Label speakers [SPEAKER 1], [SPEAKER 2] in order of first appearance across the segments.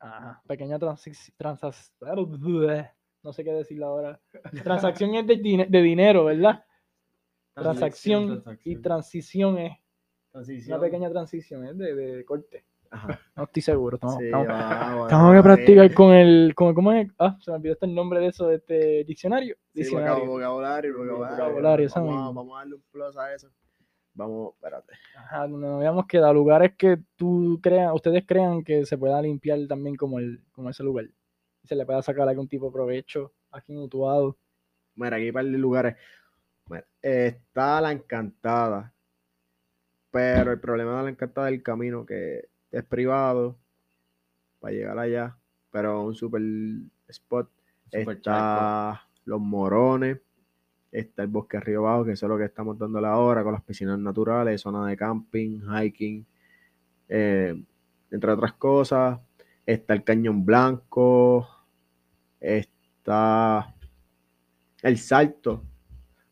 [SPEAKER 1] Ajá. Pequeña transacción. No sé qué decirlo ahora. Transacción es de, dine- de dinero, ¿verdad? Transacción, y transición es
[SPEAKER 2] transición.
[SPEAKER 1] una pequeña transición, es de, de corte.
[SPEAKER 2] Ajá.
[SPEAKER 1] No estoy seguro. Estamos,
[SPEAKER 2] Sí,
[SPEAKER 1] estamos-
[SPEAKER 2] ah, bueno,
[SPEAKER 1] tenemos que
[SPEAKER 2] vale.
[SPEAKER 1] practicar con el. Con, ¿Cómo es? Ah, se me olvidó hasta el nombre de eso, de este diccionario.
[SPEAKER 2] Sí,
[SPEAKER 1] Diccionario.
[SPEAKER 2] vocab- vocabulario, vocabulario.
[SPEAKER 1] vocabulario, esa
[SPEAKER 2] vamos, a,
[SPEAKER 1] misma.
[SPEAKER 2] vamos a darle un plus a eso. Vamos, espérate.
[SPEAKER 1] Ajá, donde nos habíamos quedado, lugares que tú crean, ustedes crean que se pueda limpiar también como, el, como ese lugar. Y se le pueda sacar algún tipo de provecho aquí en Utuado.
[SPEAKER 2] Mira, aquí hay un par de lugares. Mira, está la encantada. Pero el problema de la encantada es el camino que es privado para llegar allá. Pero un super spot.
[SPEAKER 3] Super
[SPEAKER 2] está los morones. Está el bosque río bajo, que eso es lo que estamos dándole ahora con las piscinas naturales, zona de camping, hiking, eh, entre otras cosas. Está el cañón blanco. Está el salto.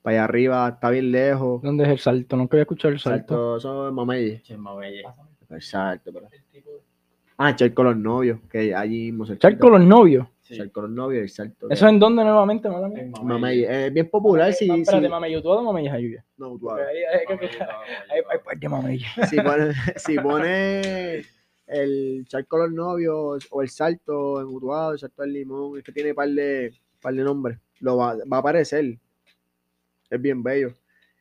[SPEAKER 2] Para allá arriba está bien lejos.
[SPEAKER 1] ¿Dónde es el salto? Nunca había escuchado el salto.
[SPEAKER 2] Salto, eso es Mamey.
[SPEAKER 1] Ah,
[SPEAKER 3] Chismabelle.
[SPEAKER 2] El salto, pero- Ah, Charco los novios, que allí mismo se
[SPEAKER 1] Echar con los novios.
[SPEAKER 3] Sí.
[SPEAKER 2] Charco los novios, el salto. que-
[SPEAKER 1] ¿Eso es en dónde nuevamente? mala mía?
[SPEAKER 3] En Mamey.
[SPEAKER 2] Mamey, eh, bien popular, sí,
[SPEAKER 1] Ma-
[SPEAKER 2] sí.
[SPEAKER 1] Espérate, Mamey Utuado o Mamey Jayuya.
[SPEAKER 2] No, tú hablas.
[SPEAKER 1] Ahí- ahí-
[SPEAKER 3] Mamey,
[SPEAKER 1] ahí- ahí- ahí-
[SPEAKER 3] Mamey.
[SPEAKER 1] pues, de Mamey.
[SPEAKER 2] si pone, si pone el charco los novios o el salto en Utuado, el salto del limón, es que tiene par de, par de nombres, lo va, va a aparecer. Es bien bello.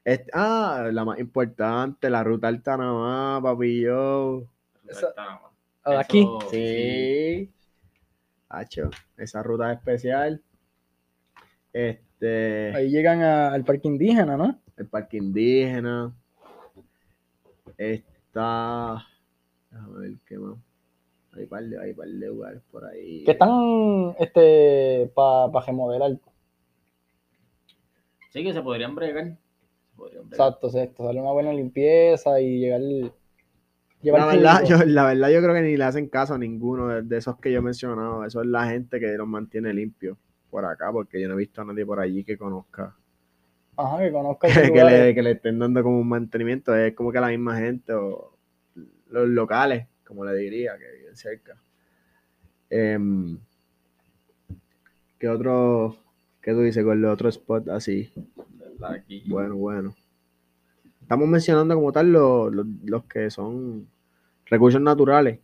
[SPEAKER 2] Es- ah, la más importante, la ruta alta nada más, papillo.
[SPEAKER 1] Esa-
[SPEAKER 3] Estamos.
[SPEAKER 1] Ah, Aquí.
[SPEAKER 3] Eso-
[SPEAKER 2] Sí. Hacho, esa ruta es especial. Este.
[SPEAKER 1] Ahí llegan a- al parque indígena, ¿no?
[SPEAKER 2] el parque indígena. Está. Déjame ver qué más. Hay par de, hay par de lugares por ahí.
[SPEAKER 1] Que están este, para remodelar.
[SPEAKER 3] Sí, que se podrían bregar. Se podrían bregar.
[SPEAKER 1] Exacto, exacto. Sale una buena limpieza y llegar. llevar
[SPEAKER 2] La verdad,
[SPEAKER 1] público.
[SPEAKER 2] yo, la verdad, yo creo que ni le hacen caso a ninguno de, de esos que yo he mencionado. Eso es la gente que los mantiene limpios por acá, porque yo no he visto a nadie por allí que conozca.
[SPEAKER 1] Ajá, que conozca esos
[SPEAKER 2] Que,
[SPEAKER 1] lugares.
[SPEAKER 2] le, que le estén dando como un mantenimiento. Es como que la misma gente o los locales, como le diría, que viven cerca. Em, ¿Qué otro? ¿Qué tú dices con el otro spot así?
[SPEAKER 3] ¿Verdad? Aquí.
[SPEAKER 2] Bueno, bueno. Estamos mencionando como tal los, los- los que son recursos naturales.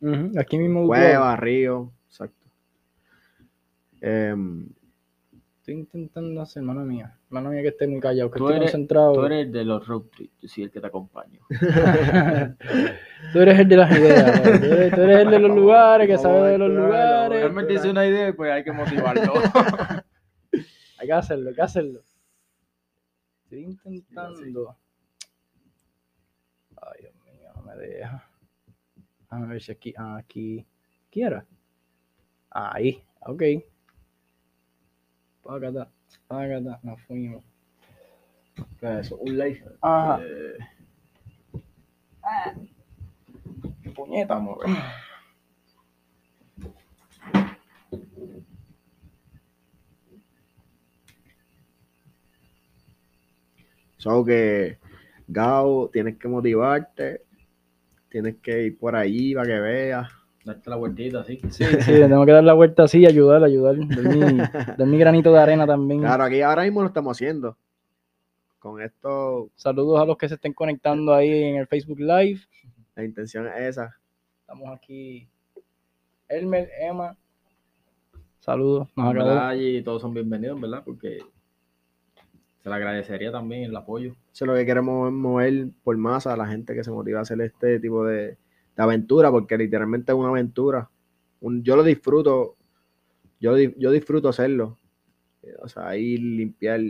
[SPEAKER 1] Ujú, Aquí mismo. Utuado.
[SPEAKER 2] Cuevas, ríos, exacto. Em,
[SPEAKER 1] Estoy intentando hacer, mano mía. Mano mía que esté muy callado, que
[SPEAKER 3] Tú
[SPEAKER 1] estoy
[SPEAKER 3] eres-
[SPEAKER 1] concentrado.
[SPEAKER 3] Tú eres el de los road trips, yo soy el que te acompaño.
[SPEAKER 1] Tú eres el de las ideas. güey. Tú eres- tú eres el de los lugares, que
[SPEAKER 2] Vamos,
[SPEAKER 1] sabe de los
[SPEAKER 2] claro,
[SPEAKER 1] lugares.
[SPEAKER 2] realmente hice
[SPEAKER 3] una idea y pues hay que motivarlo.
[SPEAKER 1] Hay que hacerlo, hay que hacerlo. Estoy intentando. Ay, Dios mío, no me deja. A ver si aquí, ah, aquí. ¿Qué era? Ahí, ok. Págata, págata, nos fuimos.
[SPEAKER 2] ¿qué es eso? Un live.
[SPEAKER 1] Ajá.
[SPEAKER 2] Eh,
[SPEAKER 1] Ah. Puñeta, amor.
[SPEAKER 2] So que, Gao, tienes que motivarte, tienes que ir por allí para que veas.
[SPEAKER 3] Darte la vueltita, sí.
[SPEAKER 1] Sí, sí, le tengo que dar la vuelta así, ayudar, ayudar. Dar mi, dar mi granito de arena también.
[SPEAKER 2] Claro, aquí ahora mismo lo estamos haciendo. Con esto,
[SPEAKER 1] Saludos a los que se estén conectando ahí en el Facebook Live.
[SPEAKER 2] la intención es esa.
[SPEAKER 1] Estamos aquí. Elmer, Emma. Saludos.
[SPEAKER 2] Ah,
[SPEAKER 1] Nos
[SPEAKER 3] En verdad,
[SPEAKER 1] agradó.
[SPEAKER 3] allí todos son bienvenidos, ¿verdad? Porque se le agradecería también el apoyo.
[SPEAKER 2] Eso es lo que queremos es mover por masa a la gente que se motiva a hacer este tipo de, de aventura, porque literalmente es una aventura. Un- yo lo disfruto, yo, di- yo disfruto hacerlo. O sea, ir, limpiar,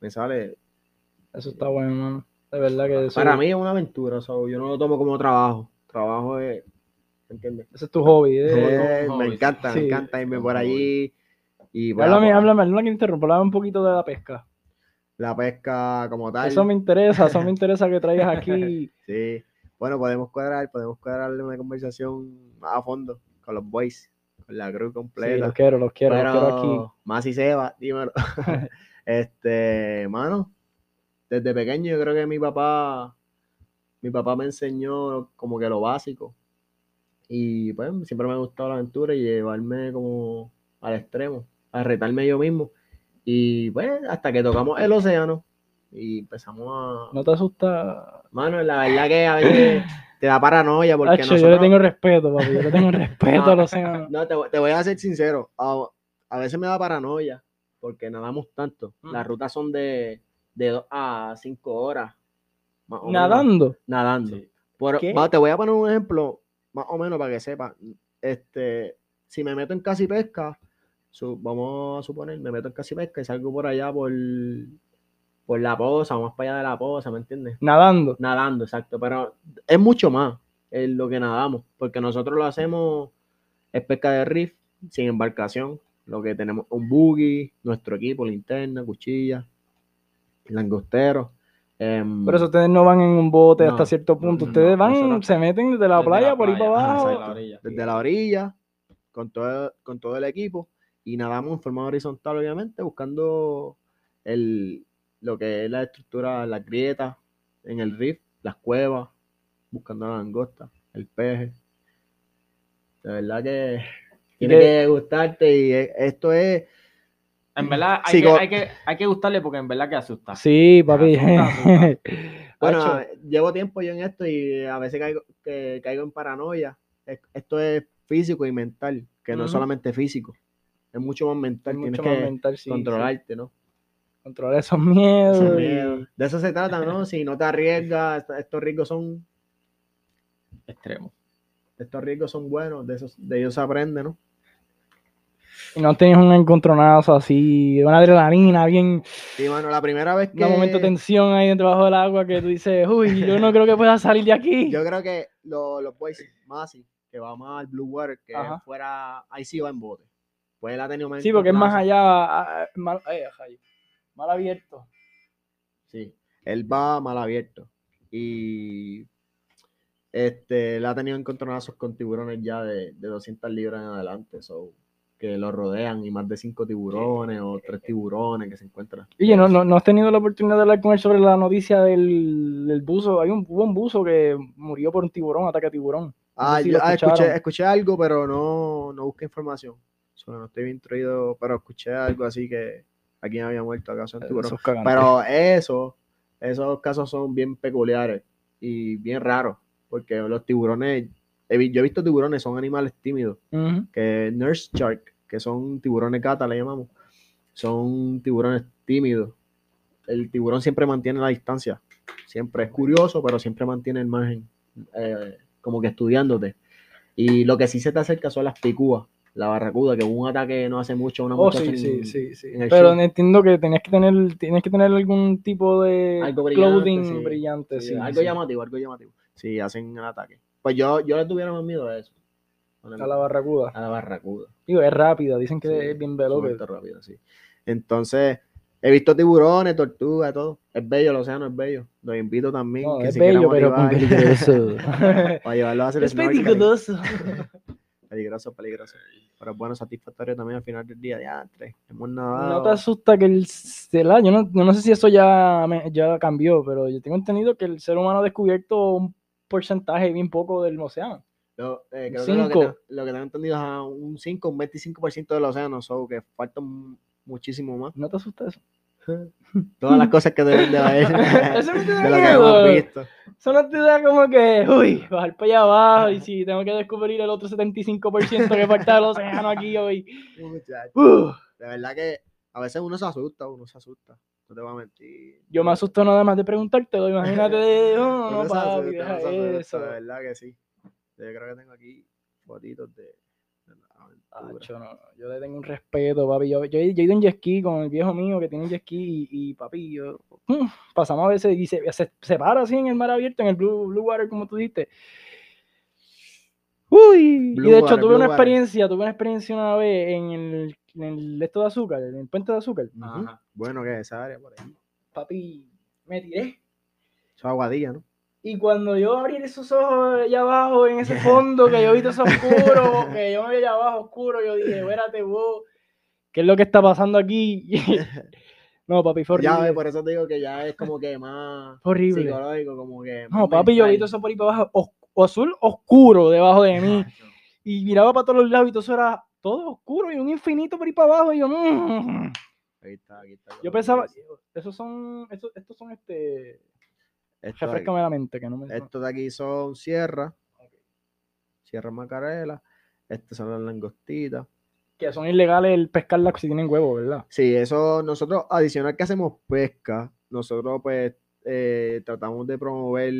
[SPEAKER 2] me sale.
[SPEAKER 1] Eso está bueno, hermano. De verdad que eso,
[SPEAKER 2] Para mí es una aventura, so, yo no lo tomo como trabajo. Trabajo es, ¿entiendes?
[SPEAKER 1] ese es tu hobby. eh.
[SPEAKER 3] Como-
[SPEAKER 2] Eh,
[SPEAKER 3] como
[SPEAKER 2] me
[SPEAKER 3] hobby,
[SPEAKER 2] encanta,
[SPEAKER 1] sí.
[SPEAKER 2] me encanta irme por allí. Y bueno,
[SPEAKER 1] Háblame,
[SPEAKER 2] pues,
[SPEAKER 1] háblame, no la que interrumpo, háblame un poquito de la pesca.
[SPEAKER 2] La pesca como tal.
[SPEAKER 1] Eso me interesa, eso me interesa que traigas aquí.
[SPEAKER 2] Sí. Bueno, podemos cuadrar, podemos cuadrarle una conversación más a fondo con los boys, con la crew
[SPEAKER 1] Sí,
[SPEAKER 2] completa.
[SPEAKER 1] los quiero, los quiero, los quiero aquí.
[SPEAKER 2] Pero más y Seba, dímelo. este, mano, desde pequeño yo creo que mi papá, mi papá me enseñó como que lo básico. Y pues siempre me ha gustado la aventura y llevarme como al extremo, a retarme yo mismo. Y pues hasta que tocamos el océano y empezamos a...
[SPEAKER 1] No te asusta.
[SPEAKER 2] Mano, la verdad que a veces te da paranoia porque
[SPEAKER 1] Hacho, Yo le
[SPEAKER 2] nosotros...
[SPEAKER 1] tengo respeto, papi. Yo le tengo respeto al océano.
[SPEAKER 2] No, te, voy- te voy a ser sincero. A, a veces me da paranoia porque nadamos tanto.
[SPEAKER 3] Mm.
[SPEAKER 2] Las rutas son de, de 2 a 5 horas. más o menos,
[SPEAKER 1] Nadando.
[SPEAKER 2] nadando.
[SPEAKER 3] Sí.
[SPEAKER 2] Pero,
[SPEAKER 1] ¿Qué?
[SPEAKER 2] va, te voy a poner un ejemplo, más o menos, para que sepas. Este, si me meto en casi pesca, su- vamos a suponer, me meto en casi pesca y salgo por allá por, por la posa, o más para allá de la posa, ¿me entiendes?
[SPEAKER 1] Nadando.
[SPEAKER 2] Nadando, exacto. Pero es mucho más eh, lo que nadamos, porque nosotros lo hacemos es pesca de riff, sin embarcación. Lo que tenemos un buggy, nuestro equipo, linterna, cuchilla, langosteros. em,
[SPEAKER 1] Pero eso ustedes no van en un bote
[SPEAKER 2] No,
[SPEAKER 1] hasta cierto punto.
[SPEAKER 3] no,
[SPEAKER 1] ustedes van,
[SPEAKER 2] nosotros-
[SPEAKER 1] se meten desde la
[SPEAKER 3] Desde
[SPEAKER 1] playa por ahí para
[SPEAKER 3] playa,
[SPEAKER 2] ajá,
[SPEAKER 1] abajo.
[SPEAKER 3] desde la orilla.
[SPEAKER 2] Ah, desde la orilla, con todo, con todo el equipo, y nadamos en forma horizontal, obviamente, buscando el, lo que es la estructura, las grietas en el riff, las cuevas, buscando la langosta, el peje. De verdad que tiene
[SPEAKER 1] que-
[SPEAKER 2] que gustarte y e- esto es...
[SPEAKER 3] En verdad, hay,
[SPEAKER 2] Sí,
[SPEAKER 3] que,
[SPEAKER 2] como-
[SPEAKER 3] hay, que, hay que gustarle porque en verdad que asusta.
[SPEAKER 1] Sí, papi.
[SPEAKER 3] Asusta, asusta.
[SPEAKER 2] Bueno,
[SPEAKER 1] Hacho.
[SPEAKER 2] llevo tiempo yo en esto y a veces caigo, que caigo en paranoia. Es- Esto es físico y mental, que no es
[SPEAKER 1] Ujú.
[SPEAKER 2] solamente físico, es mucho más mental.
[SPEAKER 1] Es mucho
[SPEAKER 2] tienes
[SPEAKER 1] más
[SPEAKER 2] que
[SPEAKER 1] mental, sí, sí.
[SPEAKER 2] controlarte, ¿no?
[SPEAKER 1] Controlar esos miedos.
[SPEAKER 2] Esos
[SPEAKER 1] y-
[SPEAKER 2] miedos. De eso se trata, ¿no? Si no te arriesgas, est- estos riesgos son,
[SPEAKER 3] Extremo.
[SPEAKER 2] estos riesgos son buenos, de, esos, de ellos se aprende, ¿no?
[SPEAKER 1] Y no tienes un encontronazo así, una adrenalina bien.
[SPEAKER 2] Y bueno, la primera vez que.
[SPEAKER 1] Un momento de tensión ahí debajo del agua que tú dices, uy, yo no creo que pueda salir de aquí.
[SPEAKER 2] Yo creo que lo- los boys más que va más al Blue Water, que
[SPEAKER 1] Ajá.
[SPEAKER 2] fuera. Ahí sí va en bote. Pues él ha tenido más
[SPEAKER 1] Sí, porque es más
[SPEAKER 2] encontronazos.
[SPEAKER 1] allá, a- a- mal, ay, ay, mal abierto.
[SPEAKER 2] Sí. Él va mal abierto. Y. Este, él ha tenido encontronazos con tiburones ya de, de 200 libras en adelante, so, que lo rodean y más de 5 tiburones o 3 tiburones que se encuentran.
[SPEAKER 1] Oye, ¿no, no, no has tenido la oportunidad de hablar con él sobre la noticia del, del buzo? Hay un, hubo un buzo que murió por un tiburón, ataque a tiburón.
[SPEAKER 2] Ah,
[SPEAKER 1] si
[SPEAKER 2] yo-
[SPEAKER 1] lo
[SPEAKER 2] ah, escuché,
[SPEAKER 1] escucharon.
[SPEAKER 2] escuché algo, pero no, no busqué información. Solo no estoy bien instruido, pero escuché algo así que aquí había muerto acaso en tiburón.
[SPEAKER 1] Esos cagantes.
[SPEAKER 2] Pero eso, esos casos son bien peculiares y bien raros, porque los tiburones, he vi- yo he visto tiburones, son animales tímidos,
[SPEAKER 1] Ujú.
[SPEAKER 2] que nurse shark, que son tiburones gata, le llamamos, son tiburones tímidos. El tiburón siempre mantiene la distancia, siempre es curioso, pero siempre mantiene el margen, eh, como que estudiándote. Y lo que sí se te acerca son las picúas, la barracuda, que hubo un ataque no hace mucho a una
[SPEAKER 1] Oh,
[SPEAKER 2] muchacha
[SPEAKER 1] sí, sí,
[SPEAKER 2] en-
[SPEAKER 1] sí, sí.
[SPEAKER 2] en el
[SPEAKER 1] Pero
[SPEAKER 2] show.
[SPEAKER 1] entiendo que tenías que tener, tienes que tener algún tipo de
[SPEAKER 2] Algo brillante,
[SPEAKER 1] clothing
[SPEAKER 2] sí.
[SPEAKER 1] brillante,
[SPEAKER 2] Sí,
[SPEAKER 1] sí,
[SPEAKER 2] algo
[SPEAKER 1] sí.
[SPEAKER 2] llamativo, algo llamativo. Sí, hacen el ataque. Pues yo, yo le tuviera más miedo a eso.
[SPEAKER 1] a la barracuda.
[SPEAKER 2] a la barracuda.
[SPEAKER 1] Digo, es rápida, dicen que
[SPEAKER 2] Sí,
[SPEAKER 1] es bien veloz. que-
[SPEAKER 2] Súper rápido, sí. Entonces, he visto tiburones, tortugas, todo. Es bello, el océano es bello. Los invito también.
[SPEAKER 1] No,
[SPEAKER 2] que
[SPEAKER 1] es
[SPEAKER 2] se quieran
[SPEAKER 1] bello, pero
[SPEAKER 2] motivar,
[SPEAKER 1] muy peligroso.
[SPEAKER 2] para llevarlos a hacer
[SPEAKER 1] es
[SPEAKER 2] snorkeling.
[SPEAKER 1] peligroso.
[SPEAKER 2] Peligroso, peligroso. Pero es bueno, satisfactorio también al final del día. Ya, tres. Hemos nadado.
[SPEAKER 1] No te asusta que el celular, yo no, yo no sé si eso ya, me- ya cambió, pero yo tengo entendido que el ser humano ha descubierto un porcentaje bien poco del océano.
[SPEAKER 2] Lo,
[SPEAKER 1] Un
[SPEAKER 2] eh, creo que lo que,
[SPEAKER 1] cinco.
[SPEAKER 2] te- lo que tengo entendido es a un 5, un 25% del océano. So, que falta mu- muchísimo más.
[SPEAKER 1] ¿No te asusta eso?
[SPEAKER 2] Todas las cosas que deben de haber.
[SPEAKER 1] Eso no te da
[SPEAKER 2] de lo que
[SPEAKER 1] miedo.
[SPEAKER 2] hemos visto.
[SPEAKER 1] Eso no te da como que, uy, bajar para allá abajo y si tengo que descubrir el otro 75% que falta del océano aquí hoy. Uh,
[SPEAKER 2] De verdad que a veces uno se asusta, uno se asusta. No te voy a mentir.
[SPEAKER 1] yo me asusto nada más de preguntártelo, imagínate de, oh,
[SPEAKER 2] Uno
[SPEAKER 1] no,
[SPEAKER 2] se
[SPEAKER 1] papi,
[SPEAKER 2] asusta,
[SPEAKER 1] deja
[SPEAKER 2] uno se asusta,
[SPEAKER 1] eso.
[SPEAKER 2] De verdad que sí. Yo creo que tengo aquí fotitos de, de la aventura.
[SPEAKER 1] Acho, no, no, Ah, yo le tengo un respeto, papi. Yo, yo, he- yo he ido en jet ski con el viejo mío que tiene un jet ski y, y, papi, yo, mm, pasamos a veces y se, se, se para así en el mar abierto, en el Blue, blue Water, como tú dijiste. Uy, y
[SPEAKER 2] Blue
[SPEAKER 1] de hecho
[SPEAKER 2] water,
[SPEAKER 1] tuve una
[SPEAKER 2] blue water.
[SPEAKER 1] experiencia, tuve una experiencia una vez en el, en el esto de azúcar, en el puente de azúcar.
[SPEAKER 2] Ujú.
[SPEAKER 3] Ajá.
[SPEAKER 2] Bueno, que esa área por ahí.
[SPEAKER 1] Papi, me tiré.
[SPEAKER 2] Eso es aguadilla, ¿no?
[SPEAKER 1] Y cuando yo abrí esos ojos allá abajo, en ese fondo que yo vi todo eso oscuro, que yo me vi allá abajo oscuro, yo dije, espérate vos, ¿qué es lo que está pasando aquí? no, papi, fue
[SPEAKER 2] Ya, eh,
[SPEAKER 1] horrible.
[SPEAKER 2] ve, por eso te digo que ya es como que más
[SPEAKER 1] Fue horrible.
[SPEAKER 2] psicológico, como que. más
[SPEAKER 1] No, papi, yo vi todo
[SPEAKER 2] mental.
[SPEAKER 1] eso por ahí para abajo os- o azul oscuro debajo de mí. Y miraba para todos los lados y todo eso era todo oscuro y un infinito por ahí para abajo. Y yo, mm.
[SPEAKER 2] Ahí está, aquí está.
[SPEAKER 1] yo pensaba, esos son, estos, estos son este.
[SPEAKER 2] Esto de, aquí,
[SPEAKER 1] Refrescame la mente, que no me.
[SPEAKER 2] esto de aquí son sierra. Sierra Macarela. Estas son las langostitas.
[SPEAKER 1] Que son ilegales el pescarlas si tienen huevo, ¿verdad?
[SPEAKER 2] Sí, eso nosotros, adicional que hacemos pesca, nosotros pues eh, tratamos de promover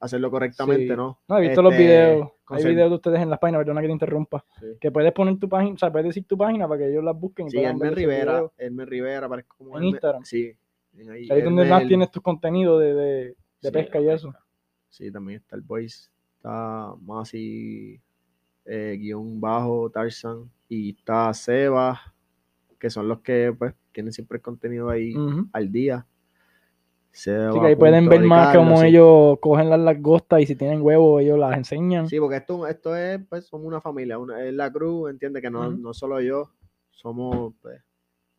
[SPEAKER 2] hacerlo correctamente,
[SPEAKER 1] Sí.
[SPEAKER 2] ¿no?
[SPEAKER 1] No, he visto los
[SPEAKER 2] Este,
[SPEAKER 1] videos. Hay
[SPEAKER 2] conserv-
[SPEAKER 1] videos de ustedes en las páginas, perdona que te interrumpa.
[SPEAKER 2] Sí.
[SPEAKER 1] Que puedes poner tu página, o sea, puedes decir tu página para que ellos las busquen. y
[SPEAKER 2] Sí,
[SPEAKER 1] puedan ver
[SPEAKER 2] Hermen
[SPEAKER 1] esos
[SPEAKER 2] Rivera,
[SPEAKER 1] videos.
[SPEAKER 2] Hermen Rivera, parece como
[SPEAKER 1] En
[SPEAKER 2] Hermen-
[SPEAKER 1] Instagram.
[SPEAKER 2] Sí. en ahí,
[SPEAKER 1] Ahí es donde más
[SPEAKER 2] Hermen-
[SPEAKER 1] tienes tus contenidos de, de- de
[SPEAKER 2] Sí,
[SPEAKER 1] pesca y eso.
[SPEAKER 2] Sí, también está el Voice, está Masi, eh, guión bajo, Tarzan, y está Seba, que son los que pues tienen siempre el contenido ahí
[SPEAKER 1] Ujú.
[SPEAKER 2] al día. Seba,
[SPEAKER 1] Así Mm. que ahí pueden
[SPEAKER 2] junto
[SPEAKER 1] ver
[SPEAKER 2] a
[SPEAKER 1] más
[SPEAKER 2] Ricardo,
[SPEAKER 1] cómo
[SPEAKER 2] sí.
[SPEAKER 1] ellos cogen las langostas y si tienen huevo, ellos las enseñan.
[SPEAKER 2] Sí, porque esto, esto es, pues, somos una familia, una, es la cruz, entiende que no,
[SPEAKER 1] Ujú.
[SPEAKER 2] no solo yo, somos pues,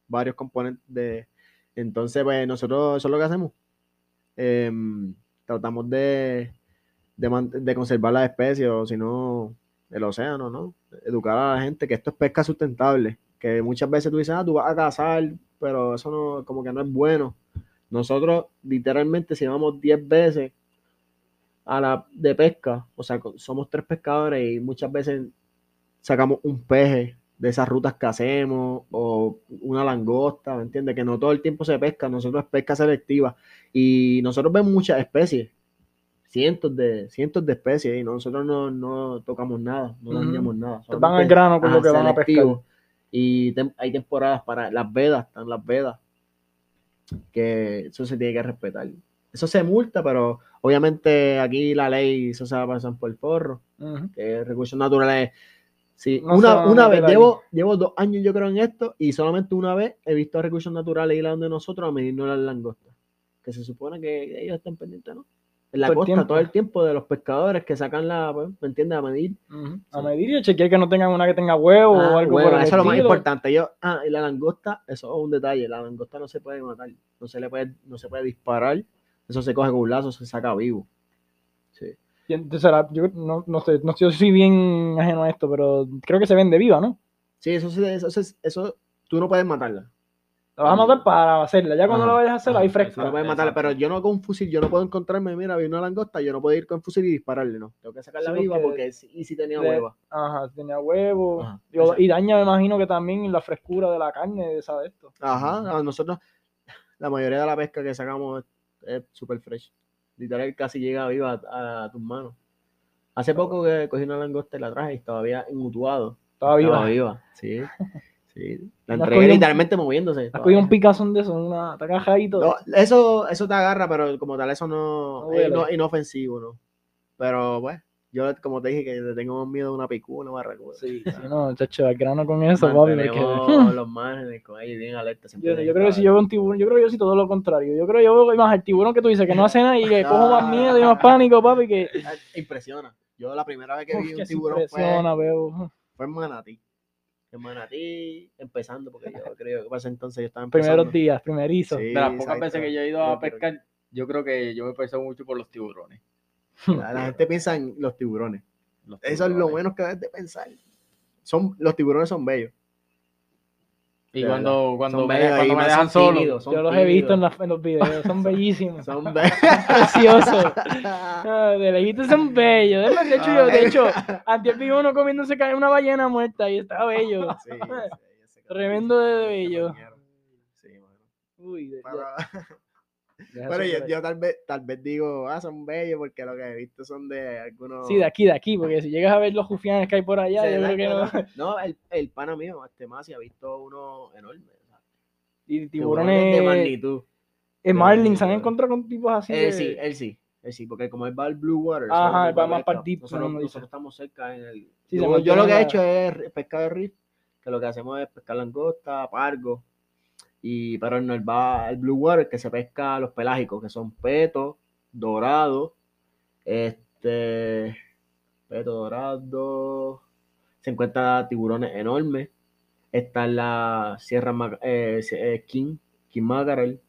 [SPEAKER 2] varios componentes de... Entonces, pues nosotros eso es lo que hacemos. Em, tratamos de, de, man- de conservar las especies, o si no, el océano, ¿no? Educar a la gente que esto es pesca sustentable, que muchas veces tú dices, ah, tú vas a cazar, pero eso no, como que no es bueno. Nosotros literalmente si vamos 10 veces a la de pesca, o sea, co- somos tres pescadores y muchas veces sacamos un peje de esas rutas que hacemos o una langosta, ¿me entiendes? Que no todo el tiempo se pesca, nosotros es pesca selectiva y nosotros vemos muchas especies, cientos de cientos de especies y nosotros no, no tocamos nada, no
[SPEAKER 1] Ujú.
[SPEAKER 2] dañamos nada.
[SPEAKER 1] Van al
[SPEAKER 2] solamente-
[SPEAKER 1] grano con lo
[SPEAKER 2] Ajá,
[SPEAKER 1] que van a pescar.
[SPEAKER 2] selectivo. Y tem- hay temporadas para las vedas, están las vedas, que eso se tiene que respetar. Eso se multa, pero obviamente aquí la ley, eso se va a pasar por el forro,
[SPEAKER 1] Ujú.
[SPEAKER 2] que recursos naturales. Sí,
[SPEAKER 1] No se
[SPEAKER 2] una,
[SPEAKER 1] van a
[SPEAKER 2] una vez,
[SPEAKER 1] meter ahí.
[SPEAKER 2] llevo, llevo dos años yo creo en esto y solamente una vez he visto a recursos naturales ir a donde nosotros a medirnos las langostas, que se supone que ellos están pendientes, ¿no? En la
[SPEAKER 1] Todo el
[SPEAKER 2] costa,
[SPEAKER 1] tiempo.
[SPEAKER 2] todo el tiempo de los pescadores que sacan la, pues, ¿me entiendes? A medir.
[SPEAKER 1] Ujú. A medir y a chequear que no tengan una que tenga huevo o
[SPEAKER 2] Ah,
[SPEAKER 1] algo
[SPEAKER 2] bueno,
[SPEAKER 1] por el
[SPEAKER 2] eso es lo más
[SPEAKER 1] estilo.
[SPEAKER 2] importante. Yo, ah, y la langosta, eso es un detalle. La langosta no se puede matar, no se le puede, no se puede disparar. Eso se coge con un lazo, se saca vivo. Sí.
[SPEAKER 1] Y entonces será- yo no, no sé, no sé, yo soy bien ajeno a esto, pero creo que se vende viva, ¿no?
[SPEAKER 2] Sí, eso, se- eso, se- eso tú no puedes matarla.
[SPEAKER 1] La vas a matar para hacerla. Ya cuando
[SPEAKER 2] Ajá,
[SPEAKER 1] la vayas a hacer,
[SPEAKER 3] ajá,
[SPEAKER 1] ahí
[SPEAKER 2] Tú no
[SPEAKER 1] fresca.
[SPEAKER 3] exacto.
[SPEAKER 2] puedes matarla, pero yo no con un fusil, yo no puedo encontrarme, mira, vi una langosta, yo no puedo ir con fusil y dispararle, no. Tengo que sacarla
[SPEAKER 1] Sí,
[SPEAKER 2] viva
[SPEAKER 1] porque-
[SPEAKER 2] porque, sí- y si tenía
[SPEAKER 1] Le-
[SPEAKER 2] hueva.
[SPEAKER 1] Ajá, tenía huevo.
[SPEAKER 2] Ajá,
[SPEAKER 1] Digo,
[SPEAKER 2] exacto.
[SPEAKER 1] y daña, me imagino que también la frescura de la carne, de esa de esto.
[SPEAKER 2] Ajá, a nosotros la mayoría de la pesca que sacamos es- es super fresh. Literal casi llega viva a, a tus manos. Hace poco que cogí una langosta y la traje y todavía enmutuado.
[SPEAKER 1] Estaba viva.
[SPEAKER 2] Estaba viva, sí. sí. La
[SPEAKER 1] ¿No has
[SPEAKER 2] entregué
[SPEAKER 1] cogido un-
[SPEAKER 2] literalmente moviéndose.
[SPEAKER 1] Has
[SPEAKER 2] estaba-
[SPEAKER 1] cogido un picazón de eso, una está cajadito.
[SPEAKER 2] No, eso, eso te agarra, pero como tal eso no
[SPEAKER 1] No duele.
[SPEAKER 2] es ino- inofensivo, ¿no? Pero bueno, yo como te dije que le tengo más miedo a una picú, no me recuerdo.
[SPEAKER 1] Sí, sí, no, chacho, al grano con eso, papi, porque-
[SPEAKER 2] los márgenes con ahí bien alerta. siempre
[SPEAKER 1] Yo,
[SPEAKER 2] tienen
[SPEAKER 1] yo creo que si
[SPEAKER 2] estar-
[SPEAKER 1] yo veo un tiburón, yo creo que yo sí todo lo contrario. Yo creo que yo veo más el tiburón que tú dices que no hace nada y que cojo más miedo y más pánico, papi, que,
[SPEAKER 2] Ah, Impresiona. Yo la primera vez que
[SPEAKER 1] Uf,
[SPEAKER 2] vi
[SPEAKER 1] que
[SPEAKER 2] un
[SPEAKER 1] se
[SPEAKER 2] tiburón fue,
[SPEAKER 1] impresiona, veo.
[SPEAKER 2] fue en Manatí. En Manatí, empezando, porque yo creo que para ese entonces yo estaba empezando.
[SPEAKER 1] Primeros días, primerizo.
[SPEAKER 2] Sí,
[SPEAKER 3] De las pocas veces
[SPEAKER 2] exacto.
[SPEAKER 3] que yo he ido a
[SPEAKER 2] Yo creo-
[SPEAKER 3] pescar, yo creo que yo me peso mucho por los tiburones.
[SPEAKER 2] La, la gente piensa en los tiburones.
[SPEAKER 3] Los
[SPEAKER 2] Eso es lo
[SPEAKER 3] tiburones.
[SPEAKER 2] menos que debes de pensar. Son, los tiburones son bellos.
[SPEAKER 3] Y
[SPEAKER 2] De
[SPEAKER 3] cuando,
[SPEAKER 2] son
[SPEAKER 3] cuando me,
[SPEAKER 2] bellos
[SPEAKER 3] cuando
[SPEAKER 2] ahí,
[SPEAKER 3] me
[SPEAKER 2] más
[SPEAKER 3] dejan
[SPEAKER 2] son
[SPEAKER 3] solo,
[SPEAKER 2] tímidos, son
[SPEAKER 1] Yo los he visto en,
[SPEAKER 2] tímidos.
[SPEAKER 1] las- en los videos, son bellísimos, son
[SPEAKER 2] Son bellos.
[SPEAKER 1] preciosos. Ah, De lejitos son bellos. De de hecho, yo,
[SPEAKER 2] Ah,
[SPEAKER 1] de hecho, antes vi uno comiéndose ca- una ballena muerta y estaba bello.
[SPEAKER 2] Sí, yo sé, yo sé que-
[SPEAKER 1] Tremendo de bello.
[SPEAKER 2] Sí, mano.
[SPEAKER 1] Uy, de-
[SPEAKER 2] Pero-
[SPEAKER 1] deja
[SPEAKER 2] Pero
[SPEAKER 1] eso
[SPEAKER 2] yo,
[SPEAKER 1] por ahí.
[SPEAKER 2] yo tal vez tal vez digo, ah, son bellos porque lo que he visto son de algunos.
[SPEAKER 1] Sí, de aquí, de aquí, porque si llegas a ver los jufianes que hay por allá,
[SPEAKER 2] Sí,
[SPEAKER 1] yo creo que no.
[SPEAKER 2] exacto, no. No, el, el pana mío, este Masi, ha visto uno enorme. o sea,
[SPEAKER 1] Y
[SPEAKER 2] de
[SPEAKER 1] tiburones.
[SPEAKER 2] magnitud.
[SPEAKER 1] En Marlin se han
[SPEAKER 2] magnitud.
[SPEAKER 1] encontrado con tipos así.
[SPEAKER 2] Él
[SPEAKER 1] de-
[SPEAKER 2] Eh, sí, él sí. Él sí, porque como él va al Blue Water.
[SPEAKER 1] Ajá,
[SPEAKER 2] eso es
[SPEAKER 1] él va
[SPEAKER 2] donde
[SPEAKER 1] más
[SPEAKER 2] pesca.
[SPEAKER 1] para el deep,
[SPEAKER 2] Nosotros,
[SPEAKER 1] como dice.
[SPEAKER 2] nosotros estamos cerca en el.
[SPEAKER 1] Sí, se
[SPEAKER 2] yo, yo
[SPEAKER 1] mantiene
[SPEAKER 2] lo que
[SPEAKER 1] la-
[SPEAKER 2] he hecho es re- pescar de reef, que lo que hacemos es pescar langosta, pargo. Y, pero él no, él va al Blue Water, que se pesca los pelágicos, que son peto, dorado, este. Peto dorado. Se encuentran tiburones enormes. Está en la Sierra Mac- eh, eh, King, King Magarel.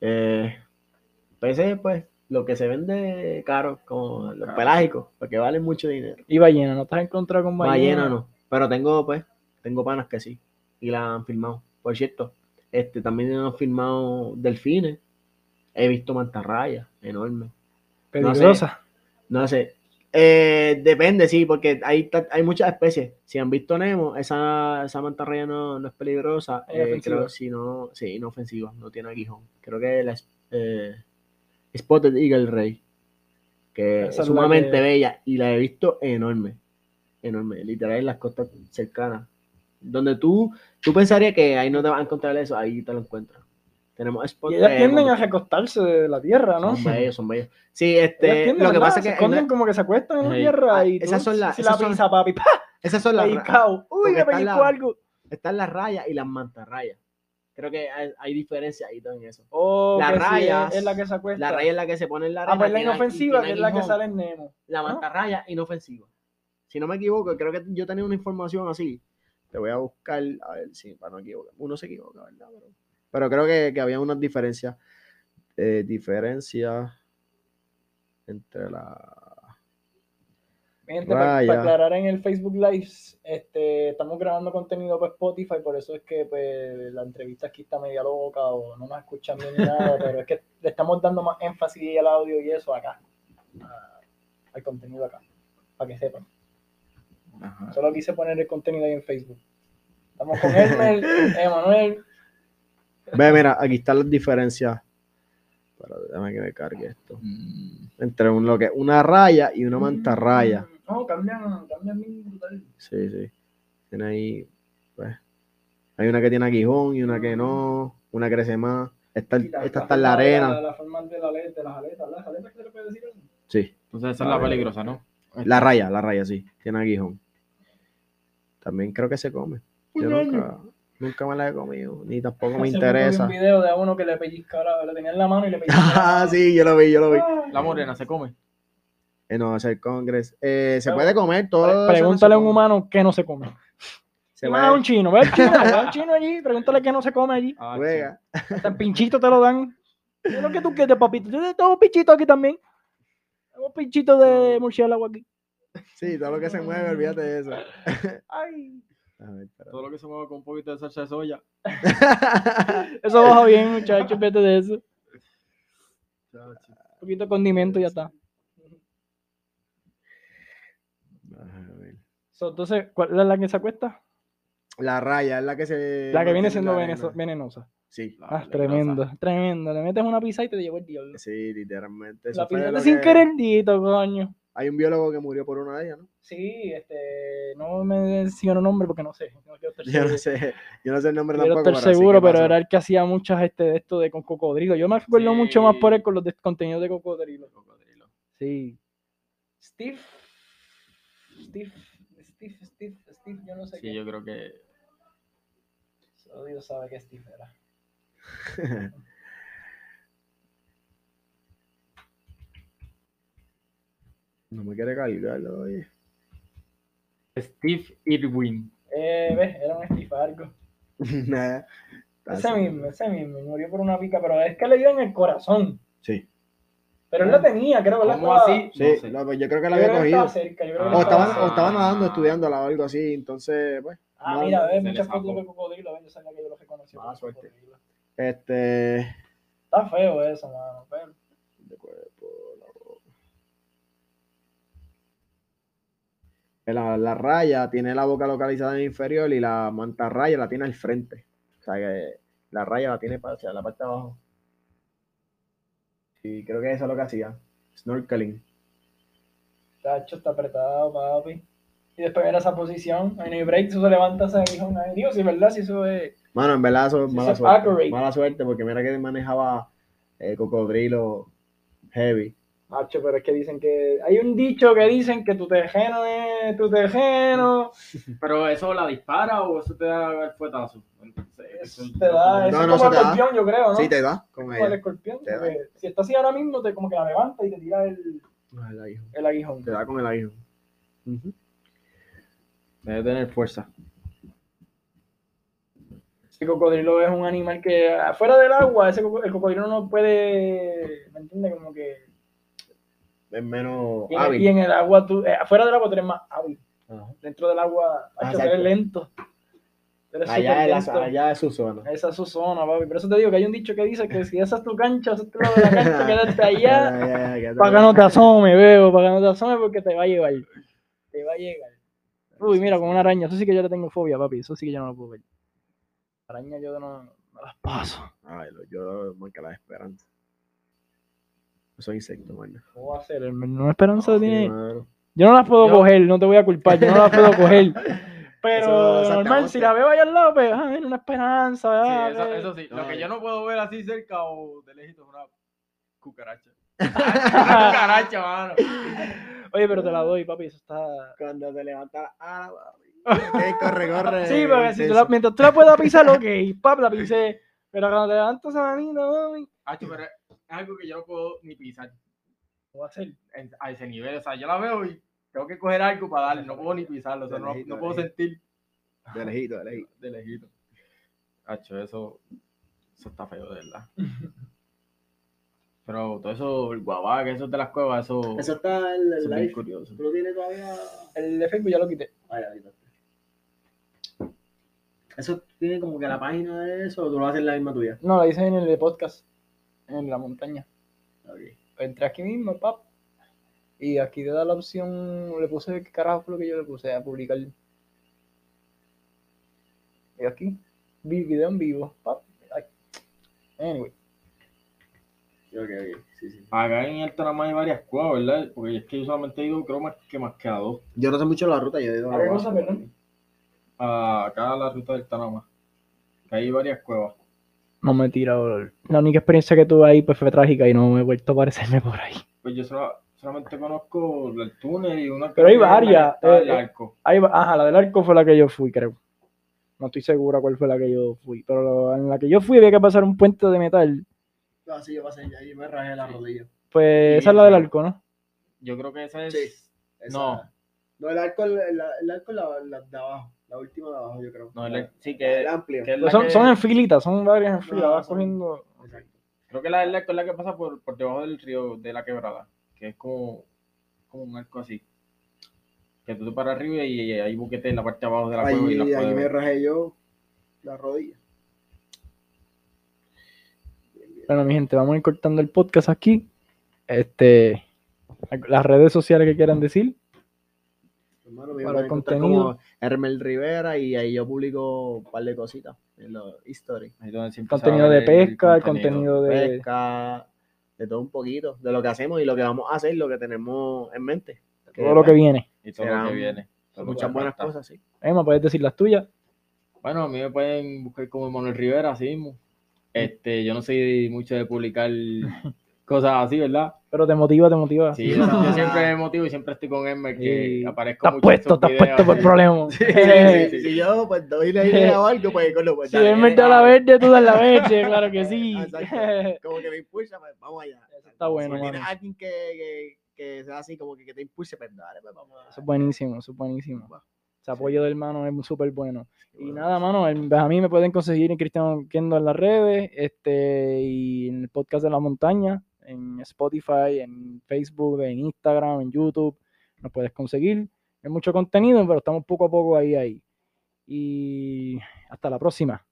[SPEAKER 2] Eh, peces, pues, lo que se vende caro, como los pelágicos, porque valen mucho dinero.
[SPEAKER 1] Y ballena, ¿no estás encontrado con ballena?
[SPEAKER 2] Ballena no, pero tengo, pues, tengo panas que sí, y la han filmado. Por cierto, este, también han filmado delfines, he visto mantarrayas enormes.
[SPEAKER 1] Peligrosa.
[SPEAKER 2] No sé. Eh, depende, sí, porque hay, ta- hay muchas especies. Si han visto Nemo, esa, esa mantarraya no, no es peligrosa.
[SPEAKER 1] Es
[SPEAKER 2] Eh,
[SPEAKER 1] ofensiva.
[SPEAKER 2] creo, si no, sí, inofensiva, no tiene aguijón. Creo que la es- eh, Spotted Eagle Ray, que
[SPEAKER 1] Esa
[SPEAKER 2] es
[SPEAKER 1] es la
[SPEAKER 2] sumamente
[SPEAKER 1] que-
[SPEAKER 2] bella y la he visto enorme, enorme, literal en las costas cercanas. Donde tú, tú pensarías que ahí no te vas a encontrar eso, ahí te lo encuentras. Tenemos
[SPEAKER 1] Y
[SPEAKER 2] Spotted
[SPEAKER 1] ellas tienden a recostarse de la tierra, ¿no?
[SPEAKER 2] son bellos, son bellos. Sí,
[SPEAKER 1] Ellas
[SPEAKER 2] este,
[SPEAKER 1] tienden,
[SPEAKER 2] lo que
[SPEAKER 1] ¿verdad?
[SPEAKER 2] pasa es
[SPEAKER 1] se
[SPEAKER 2] que
[SPEAKER 1] esconden como que se acuestan en la
[SPEAKER 3] Ey.
[SPEAKER 1] tierra
[SPEAKER 2] Ah,
[SPEAKER 1] y tú,
[SPEAKER 2] esas son las-
[SPEAKER 1] si
[SPEAKER 2] esas
[SPEAKER 1] la
[SPEAKER 2] son-
[SPEAKER 1] pisa, papi, ¡pa!
[SPEAKER 2] esas son las,
[SPEAKER 1] Ahí
[SPEAKER 2] ra-
[SPEAKER 1] cao. Uy,
[SPEAKER 2] porque
[SPEAKER 1] me
[SPEAKER 2] está
[SPEAKER 1] pellizco
[SPEAKER 2] la-
[SPEAKER 1] algo.
[SPEAKER 2] están las rayas y las mantarrayas. Creo que hay, hay diferencia ahí también en eso.
[SPEAKER 1] Oh,
[SPEAKER 2] Las
[SPEAKER 1] que sí, es-
[SPEAKER 2] rayas-
[SPEAKER 1] es, la que se acuesta.
[SPEAKER 2] La raya es la que se pone en la
[SPEAKER 1] Ah,
[SPEAKER 2] arena.
[SPEAKER 1] pues la
[SPEAKER 2] que no hay-
[SPEAKER 1] inofensiva,
[SPEAKER 2] no hay
[SPEAKER 1] que es la que
[SPEAKER 2] guijón.
[SPEAKER 1] sale en Ah. Nemo.
[SPEAKER 2] La mantarraya inofensiva. Si no me equivoco, creo que yo tenía una información así. Te voy a buscar, a ver si, para no equivocar. Uno se equivoca, ¿verdad? Pero, pero creo que, que había unas diferencias. eh, diferencias entre la...
[SPEAKER 1] Gente, para,
[SPEAKER 2] Raya.
[SPEAKER 1] aclarar en el Facebook Live, este, estamos grabando contenido por Spotify, por eso es que pues, la entrevista aquí está media loca o no nos escuchan bien ni nada, pero es que le estamos dando más énfasis al audio y eso acá, a- al contenido acá, para que sepan.
[SPEAKER 3] Ajá.
[SPEAKER 1] Solo quise poner el contenido ahí en Facebook. Estamos con Elmer, Emanuel,
[SPEAKER 2] Ve, mira, aquí están las diferencias. Pero déjame que me cargue esto.
[SPEAKER 3] Mm,
[SPEAKER 2] Entre un, lo que, una raya y
[SPEAKER 1] Mm.
[SPEAKER 2] una mantarraya.
[SPEAKER 1] No, cambian, cambian bien brutal.
[SPEAKER 2] Sí, sí. Tiene ahí, pues. Hay una que tiene aguijón y una que no. Una crece más. Esta,
[SPEAKER 1] Y la-
[SPEAKER 2] esta está en la arena.
[SPEAKER 1] La, la forma de, la, ale- de las aletas, las aletas que se le puede decir. eso?
[SPEAKER 2] Sí.
[SPEAKER 3] Entonces esa
[SPEAKER 2] A
[SPEAKER 3] es la
[SPEAKER 2] ver.
[SPEAKER 3] peligrosa, ¿no?
[SPEAKER 1] Ah,
[SPEAKER 2] La raya, la raya, sí. Tiene aguijón. También creo que se come. Yo nunca, nunca me la he comido. Ni tampoco me
[SPEAKER 1] Hace poco vi
[SPEAKER 2] interesa.
[SPEAKER 1] un video de uno que le pellizcaba, le tenía en la mano y le pellizcaba.
[SPEAKER 2] Ah, sí, yo lo vi, yo lo vi.
[SPEAKER 1] Ah.
[SPEAKER 3] La morena se come.
[SPEAKER 2] Eh, no, es el Congress. Eh, se
[SPEAKER 1] Pero-
[SPEAKER 2] puede comer todo. eso no se
[SPEAKER 1] Pregúntale a un
[SPEAKER 2] come.
[SPEAKER 1] humano qué no se come.
[SPEAKER 2] Se
[SPEAKER 1] Y
[SPEAKER 2] puede-
[SPEAKER 1] más a un chino, ve al chino, ve al chino allí, pregúntale qué no se come allí.
[SPEAKER 3] Ah,
[SPEAKER 2] juega.
[SPEAKER 1] Hasta el pinchito te lo dan. ¿Qué es lo que tú quieres, papito? Yo tengo un pinchito aquí también. Tengo un pinchito de murciélago aquí.
[SPEAKER 2] Sí, todo lo que se mueve, olvídate de eso. A
[SPEAKER 1] Ay.
[SPEAKER 2] ver,
[SPEAKER 3] sí.
[SPEAKER 2] espera.
[SPEAKER 3] Todo lo que se mueve con un poquito de salsa de soya.
[SPEAKER 1] Eso baja bien, muchachos, vete de eso. Un
[SPEAKER 2] Ah,
[SPEAKER 1] poquito de condimento y ya está.
[SPEAKER 2] A ver.
[SPEAKER 1] So, entonces, ¿cuál es la que se acuesta?
[SPEAKER 2] La raya es la que se.
[SPEAKER 1] La que viene
[SPEAKER 2] mantiene
[SPEAKER 1] siendo
[SPEAKER 2] en la arena.
[SPEAKER 1] venezo- venenosa.
[SPEAKER 2] Sí.
[SPEAKER 3] La
[SPEAKER 1] Ah,
[SPEAKER 3] peligrosa.
[SPEAKER 1] tremendo, tremendo. Le metes una pizza y te llevó el diablo.
[SPEAKER 2] Sí, literalmente. eso
[SPEAKER 1] La
[SPEAKER 2] fue
[SPEAKER 1] pisaste
[SPEAKER 2] lo
[SPEAKER 1] sin
[SPEAKER 2] que-
[SPEAKER 1] querer, dito, coño.
[SPEAKER 2] Hay un biólogo que murió por una de ellas, ¿no?
[SPEAKER 1] Sí, este, no me menciono nombre porque no sé. No quiero estar
[SPEAKER 2] Yo
[SPEAKER 1] seguro,
[SPEAKER 2] no sé, yo no sé el nombre
[SPEAKER 1] Quiero
[SPEAKER 2] tampoco.
[SPEAKER 1] estar
[SPEAKER 2] pero sí
[SPEAKER 1] seguro,
[SPEAKER 2] que
[SPEAKER 1] pero
[SPEAKER 2] pasó.
[SPEAKER 1] era el que hacía muchas este, de esto de con cocodrilo. Yo me acuerdo mucho más por él con los de- contenidos de cocodrilo.
[SPEAKER 3] Cocodrilo.
[SPEAKER 1] Sí. Steve. Steve. Steve, Steve, Steve, yo no sé
[SPEAKER 3] Sí, yo creo que
[SPEAKER 1] Solo Dios sabe que Steve era.
[SPEAKER 2] No me quiere cargarlo, oye.
[SPEAKER 3] Steve Irwin.
[SPEAKER 1] Eh, ves, era un Steve algo.
[SPEAKER 2] Nah. Está
[SPEAKER 1] Ese
[SPEAKER 2] así.
[SPEAKER 1] mismo, ese mismo. Murió por una pica, pero es que le dio en el corazón.
[SPEAKER 2] Sí.
[SPEAKER 1] Pero
[SPEAKER 2] Ah.
[SPEAKER 1] él la tenía, creo que la
[SPEAKER 3] ¿Cómo
[SPEAKER 1] estaba-
[SPEAKER 3] así?
[SPEAKER 2] Sí,
[SPEAKER 3] No sé.
[SPEAKER 2] no, pues yo creo que
[SPEAKER 1] Yo creo
[SPEAKER 2] la había
[SPEAKER 1] que estaba
[SPEAKER 2] cogido.
[SPEAKER 1] cerca, yo creo que
[SPEAKER 3] Ah.
[SPEAKER 2] O
[SPEAKER 1] la
[SPEAKER 2] estaba,
[SPEAKER 1] estaba cerca.
[SPEAKER 2] o estaba nadando, estudiándola o algo así. Entonces, pues.
[SPEAKER 1] Ah,
[SPEAKER 2] No,
[SPEAKER 1] mira,
[SPEAKER 2] no,
[SPEAKER 1] ves,
[SPEAKER 3] se le
[SPEAKER 1] muchas
[SPEAKER 3] zafó.
[SPEAKER 1] fotos de cocodrilo, ves, yo sabía que yo los reconocí.
[SPEAKER 2] Ah,
[SPEAKER 1] por los
[SPEAKER 2] suerte.
[SPEAKER 1] cocodrilos.
[SPEAKER 2] Este.
[SPEAKER 1] Está feo eso, mano, pero
[SPEAKER 2] de cuerpo, la boca. La, la raya tiene la boca localizada en el inferior y la mantarraya la tiene al frente. O sea que la raya la tiene para hacia la parte de abajo. Y creo que eso es lo que hacía. Snorkeling.
[SPEAKER 1] está hecho, está apretado, papi. Y después era esa posición, en el break, tú se levantas ahí, hijo, nadie. Digo, si es verdad, si eso es.
[SPEAKER 2] Mano, en verdad eso es
[SPEAKER 1] Sí, eso
[SPEAKER 2] mala
[SPEAKER 1] es
[SPEAKER 2] suerte.
[SPEAKER 1] accurate.
[SPEAKER 2] Mala suerte porque mira que manejaba eh, cocodrilo heavy.
[SPEAKER 1] Macho, pero es que dicen que. Hay un dicho que dicen que tu tejeno es tu tejeno.
[SPEAKER 3] Pero eso la dispara o eso te da el fuetazo.
[SPEAKER 1] Eso te da. Eso
[SPEAKER 2] No,
[SPEAKER 1] es como
[SPEAKER 2] no, eso
[SPEAKER 1] el
[SPEAKER 2] te da.
[SPEAKER 1] escorpión, yo creo, ¿no?
[SPEAKER 2] Sí, te da con
[SPEAKER 1] Como el
[SPEAKER 2] ella.
[SPEAKER 1] escorpión.
[SPEAKER 2] Te da.
[SPEAKER 1] porque Si estás así ahora mismo, te como que la levanta y te tira el,
[SPEAKER 2] Ah, el aguijón.
[SPEAKER 1] el aguijón.
[SPEAKER 2] Te da con el aguijón. Ujú.
[SPEAKER 3] Debe tener fuerza.
[SPEAKER 1] El cocodrilo es un animal que afuera del agua, ese coco- el cocodrilo no puede, ¿me entiendes? Como que
[SPEAKER 2] es menos
[SPEAKER 1] Y en,
[SPEAKER 2] hábil.
[SPEAKER 1] y en el agua, tú, eh, afuera del agua tú eres más hábil.
[SPEAKER 2] Ajá.
[SPEAKER 1] Dentro del agua,
[SPEAKER 2] Ah,
[SPEAKER 1] macho, tú eres
[SPEAKER 2] exacto.
[SPEAKER 1] lento. Tú eres
[SPEAKER 2] Allá,
[SPEAKER 1] súper
[SPEAKER 2] de la-
[SPEAKER 1] lento.
[SPEAKER 2] allá es su zona.
[SPEAKER 1] Esa es su zona, papi. Por eso te digo que hay un dicho que dice que si esa es tu cancha, ese es tu lado de la cancha, quédate allá. Para que no te asome, veo, para que no te asome porque te va a llevar. Te va a llegar. Uy, mira, con una araña. Eso sí que yo le tengo fobia, papi. Eso sí que yo no lo puedo ver. Araña yo no, no las paso.
[SPEAKER 2] Ay, lo- yo marca la esperanza. Soy insecto, mano.
[SPEAKER 1] ¿Cómo va a ser? hermano? No esperanza
[SPEAKER 2] Sí,
[SPEAKER 1] tiene.
[SPEAKER 2] mano.
[SPEAKER 1] Yo no las puedo
[SPEAKER 2] Yo-
[SPEAKER 1] coger, no te voy a culpar. Yo no las puedo coger. Pero
[SPEAKER 2] Eso es
[SPEAKER 1] normal, si la veo allá al lado, pues, ah, mira, una esperanza. ah,
[SPEAKER 3] eso,
[SPEAKER 1] ve.
[SPEAKER 3] eso sí. Lo que
[SPEAKER 2] Ay.
[SPEAKER 3] yo no puedo ver así cerca o de lejito es una cucaracha. una cucaracha, mano.
[SPEAKER 1] Oye, pero te la doy, papi. Eso está.
[SPEAKER 2] Cuando te levanta ah, la ala, papi. Eh, corre, corre.
[SPEAKER 1] Sí, porque si tú la-
[SPEAKER 2] intenso.
[SPEAKER 1] mientras tú la puedas pisar, ok, pap, la pisé. Pero cuando te levantas a mí, no, mami,
[SPEAKER 3] Hacho, pero es algo que yo no puedo ni pisar
[SPEAKER 1] ¿cómo va a ser?
[SPEAKER 3] en- a ese nivel. O sea, yo la veo y tengo que coger algo para darle. No puedo ni pisarlo. O sea,
[SPEAKER 2] De
[SPEAKER 3] no,
[SPEAKER 2] lejito,
[SPEAKER 3] no
[SPEAKER 2] de
[SPEAKER 3] puedo
[SPEAKER 2] lejito.
[SPEAKER 3] sentir
[SPEAKER 2] De lejito, de lejito.
[SPEAKER 3] de lejito. Hacho, eso, eso está feo, de verdad. Pero todo eso, el guabá, que eso es de las cuevas, eso,
[SPEAKER 2] Eso está el,
[SPEAKER 3] eso
[SPEAKER 2] el
[SPEAKER 3] es bien
[SPEAKER 2] live.
[SPEAKER 3] curioso.
[SPEAKER 2] ¿Tú lo tienes todavía?
[SPEAKER 1] El de Facebook ya lo quité.
[SPEAKER 2] Ay, ahí está. Eso tiene como que la página de eso, o tú lo haces en la misma tuya.
[SPEAKER 1] No, la hice en el de podcast, en la montaña. Pues
[SPEAKER 2] Ok.
[SPEAKER 1] Entré aquí mismo, pap. Y aquí te da la opción, le puse, ¿qué carajo fue lo que yo le puse a publicar? Y aquí, vi- video en vivo, pap. Ay. Anyway,
[SPEAKER 2] Ok, ok. Sí, sí.
[SPEAKER 3] Acá en el Tanamá hay varias cuevas, ¿verdad? Porque es que yo solamente he ido, creo, más que más que a dos.
[SPEAKER 2] Yo no sé mucho la ruta, yo digo.
[SPEAKER 1] ¿A qué cosa, perdón?
[SPEAKER 3] A- acá a la ruta del Tanamá. Que hay varias cuevas.
[SPEAKER 1] no me he tirado. La única experiencia que tuve ahí pues, fue trágica y no me he vuelto a parecerme por ahí.
[SPEAKER 3] Pues yo solo- solamente conozco el túnel y una
[SPEAKER 1] Pero hay
[SPEAKER 3] que es la que
[SPEAKER 1] varias,
[SPEAKER 3] está
[SPEAKER 1] eh,
[SPEAKER 3] el
[SPEAKER 1] eh.
[SPEAKER 3] arco.
[SPEAKER 1] Ahí va- ajá, la del arco fue la que yo fui, creo. No estoy segura cuál fue la que yo fui, pero lo- en la que yo fui había que pasar un puente de metal.
[SPEAKER 2] No, sí, yo pasé allá y me rajé la
[SPEAKER 3] Sí.
[SPEAKER 2] rodilla.
[SPEAKER 1] Pues
[SPEAKER 3] Sí,
[SPEAKER 1] esa es la del
[SPEAKER 3] sí.
[SPEAKER 1] arco, ¿no?
[SPEAKER 3] Yo creo que esa es.
[SPEAKER 2] Sí. Esa-
[SPEAKER 3] No.
[SPEAKER 2] No, el arco, el, el- el arco es la, la de abajo, la última de abajo, yo creo.
[SPEAKER 3] No, el ar- sí,
[SPEAKER 2] La-
[SPEAKER 3] que,
[SPEAKER 2] la amplia.
[SPEAKER 3] que es
[SPEAKER 1] Pero
[SPEAKER 3] la
[SPEAKER 1] son,
[SPEAKER 3] que-
[SPEAKER 1] son en filitas, son varias en fila,
[SPEAKER 2] No,
[SPEAKER 1] vas
[SPEAKER 2] son-
[SPEAKER 1] cogiendo.
[SPEAKER 2] Exacto.
[SPEAKER 3] Creo que la del arco es la que pasa por, por debajo del río de la quebrada. Que es como, como un arco así. Que tú te paras arriba y, hay buquetes en la parte de abajo de la cueva. y la
[SPEAKER 2] Ahí, ahí
[SPEAKER 3] puedes
[SPEAKER 2] me
[SPEAKER 3] ver.
[SPEAKER 2] rajé yo la rodilla. Bien, bien.
[SPEAKER 1] Bueno, mi gente, vamos a ir cortando el podcast aquí. Este, las redes sociales que quieran decir.
[SPEAKER 2] Hermano, me
[SPEAKER 1] Para
[SPEAKER 2] pueden
[SPEAKER 1] el
[SPEAKER 2] encontrar
[SPEAKER 1] contenido.
[SPEAKER 2] como Hermel Rivera y ahí yo publico un par de cositas en los stories.
[SPEAKER 3] Ahí donde siempre se va a
[SPEAKER 1] Contenido de
[SPEAKER 3] ver el
[SPEAKER 1] pesca, el contenido de.
[SPEAKER 2] Pesca, de todo un poquito, de lo que hacemos y lo que vamos a hacer, lo que tenemos en mente.
[SPEAKER 1] Todo lo que viene.
[SPEAKER 3] Y todo lo
[SPEAKER 2] Serán
[SPEAKER 3] que viene. Todo lo que
[SPEAKER 2] Muchas buenas
[SPEAKER 3] falta.
[SPEAKER 2] cosas, sí.
[SPEAKER 1] Emma, puedes decir las tuyas.
[SPEAKER 3] Bueno, a mí me pueden buscar como Manuel Rivera, así mismo. Este, yo no soy mucho de publicar cosas así, ¿verdad?
[SPEAKER 1] Pero te motiva, te motiva.
[SPEAKER 3] Sí, yo, yo siempre me motivo y siempre estoy con Emma que
[SPEAKER 1] Sí.
[SPEAKER 3] aparezco
[SPEAKER 1] Estás
[SPEAKER 3] mucho en
[SPEAKER 1] puesto,
[SPEAKER 3] sus
[SPEAKER 1] estás
[SPEAKER 3] videos,
[SPEAKER 1] puesto por
[SPEAKER 3] sí.
[SPEAKER 1] problemas. Eh,
[SPEAKER 3] sí, sí.
[SPEAKER 2] Si yo pues doy la idea o algo, pues con lo pues,
[SPEAKER 1] Si
[SPEAKER 2] dale,
[SPEAKER 1] él
[SPEAKER 2] dale,
[SPEAKER 1] me da la
[SPEAKER 2] dale.
[SPEAKER 1] verde, tú das la verde, claro que sí.
[SPEAKER 2] Exacto. Como que me impulsa, pues vamos allá.
[SPEAKER 1] Eso está bueno,
[SPEAKER 2] Si tienes
[SPEAKER 1] mano.
[SPEAKER 2] alguien que, que, que sea así, como que, que te impulse, pues dale, pues vamos.
[SPEAKER 1] Eso es buenísimo, eso es buenísimo. Ese apoyo del mano es súper bueno. Y
[SPEAKER 2] Bueno,
[SPEAKER 1] nada, mano, en- a mí me pueden conseguir en Cristiano Kendo en las redes, este, y en el podcast de la montaña, en Spotify, en Facebook, en Instagram, en YouTube. Nos puedes conseguir. Hay mucho contenido, pero estamos poco a poco ahí, ahí. Y hasta la próxima.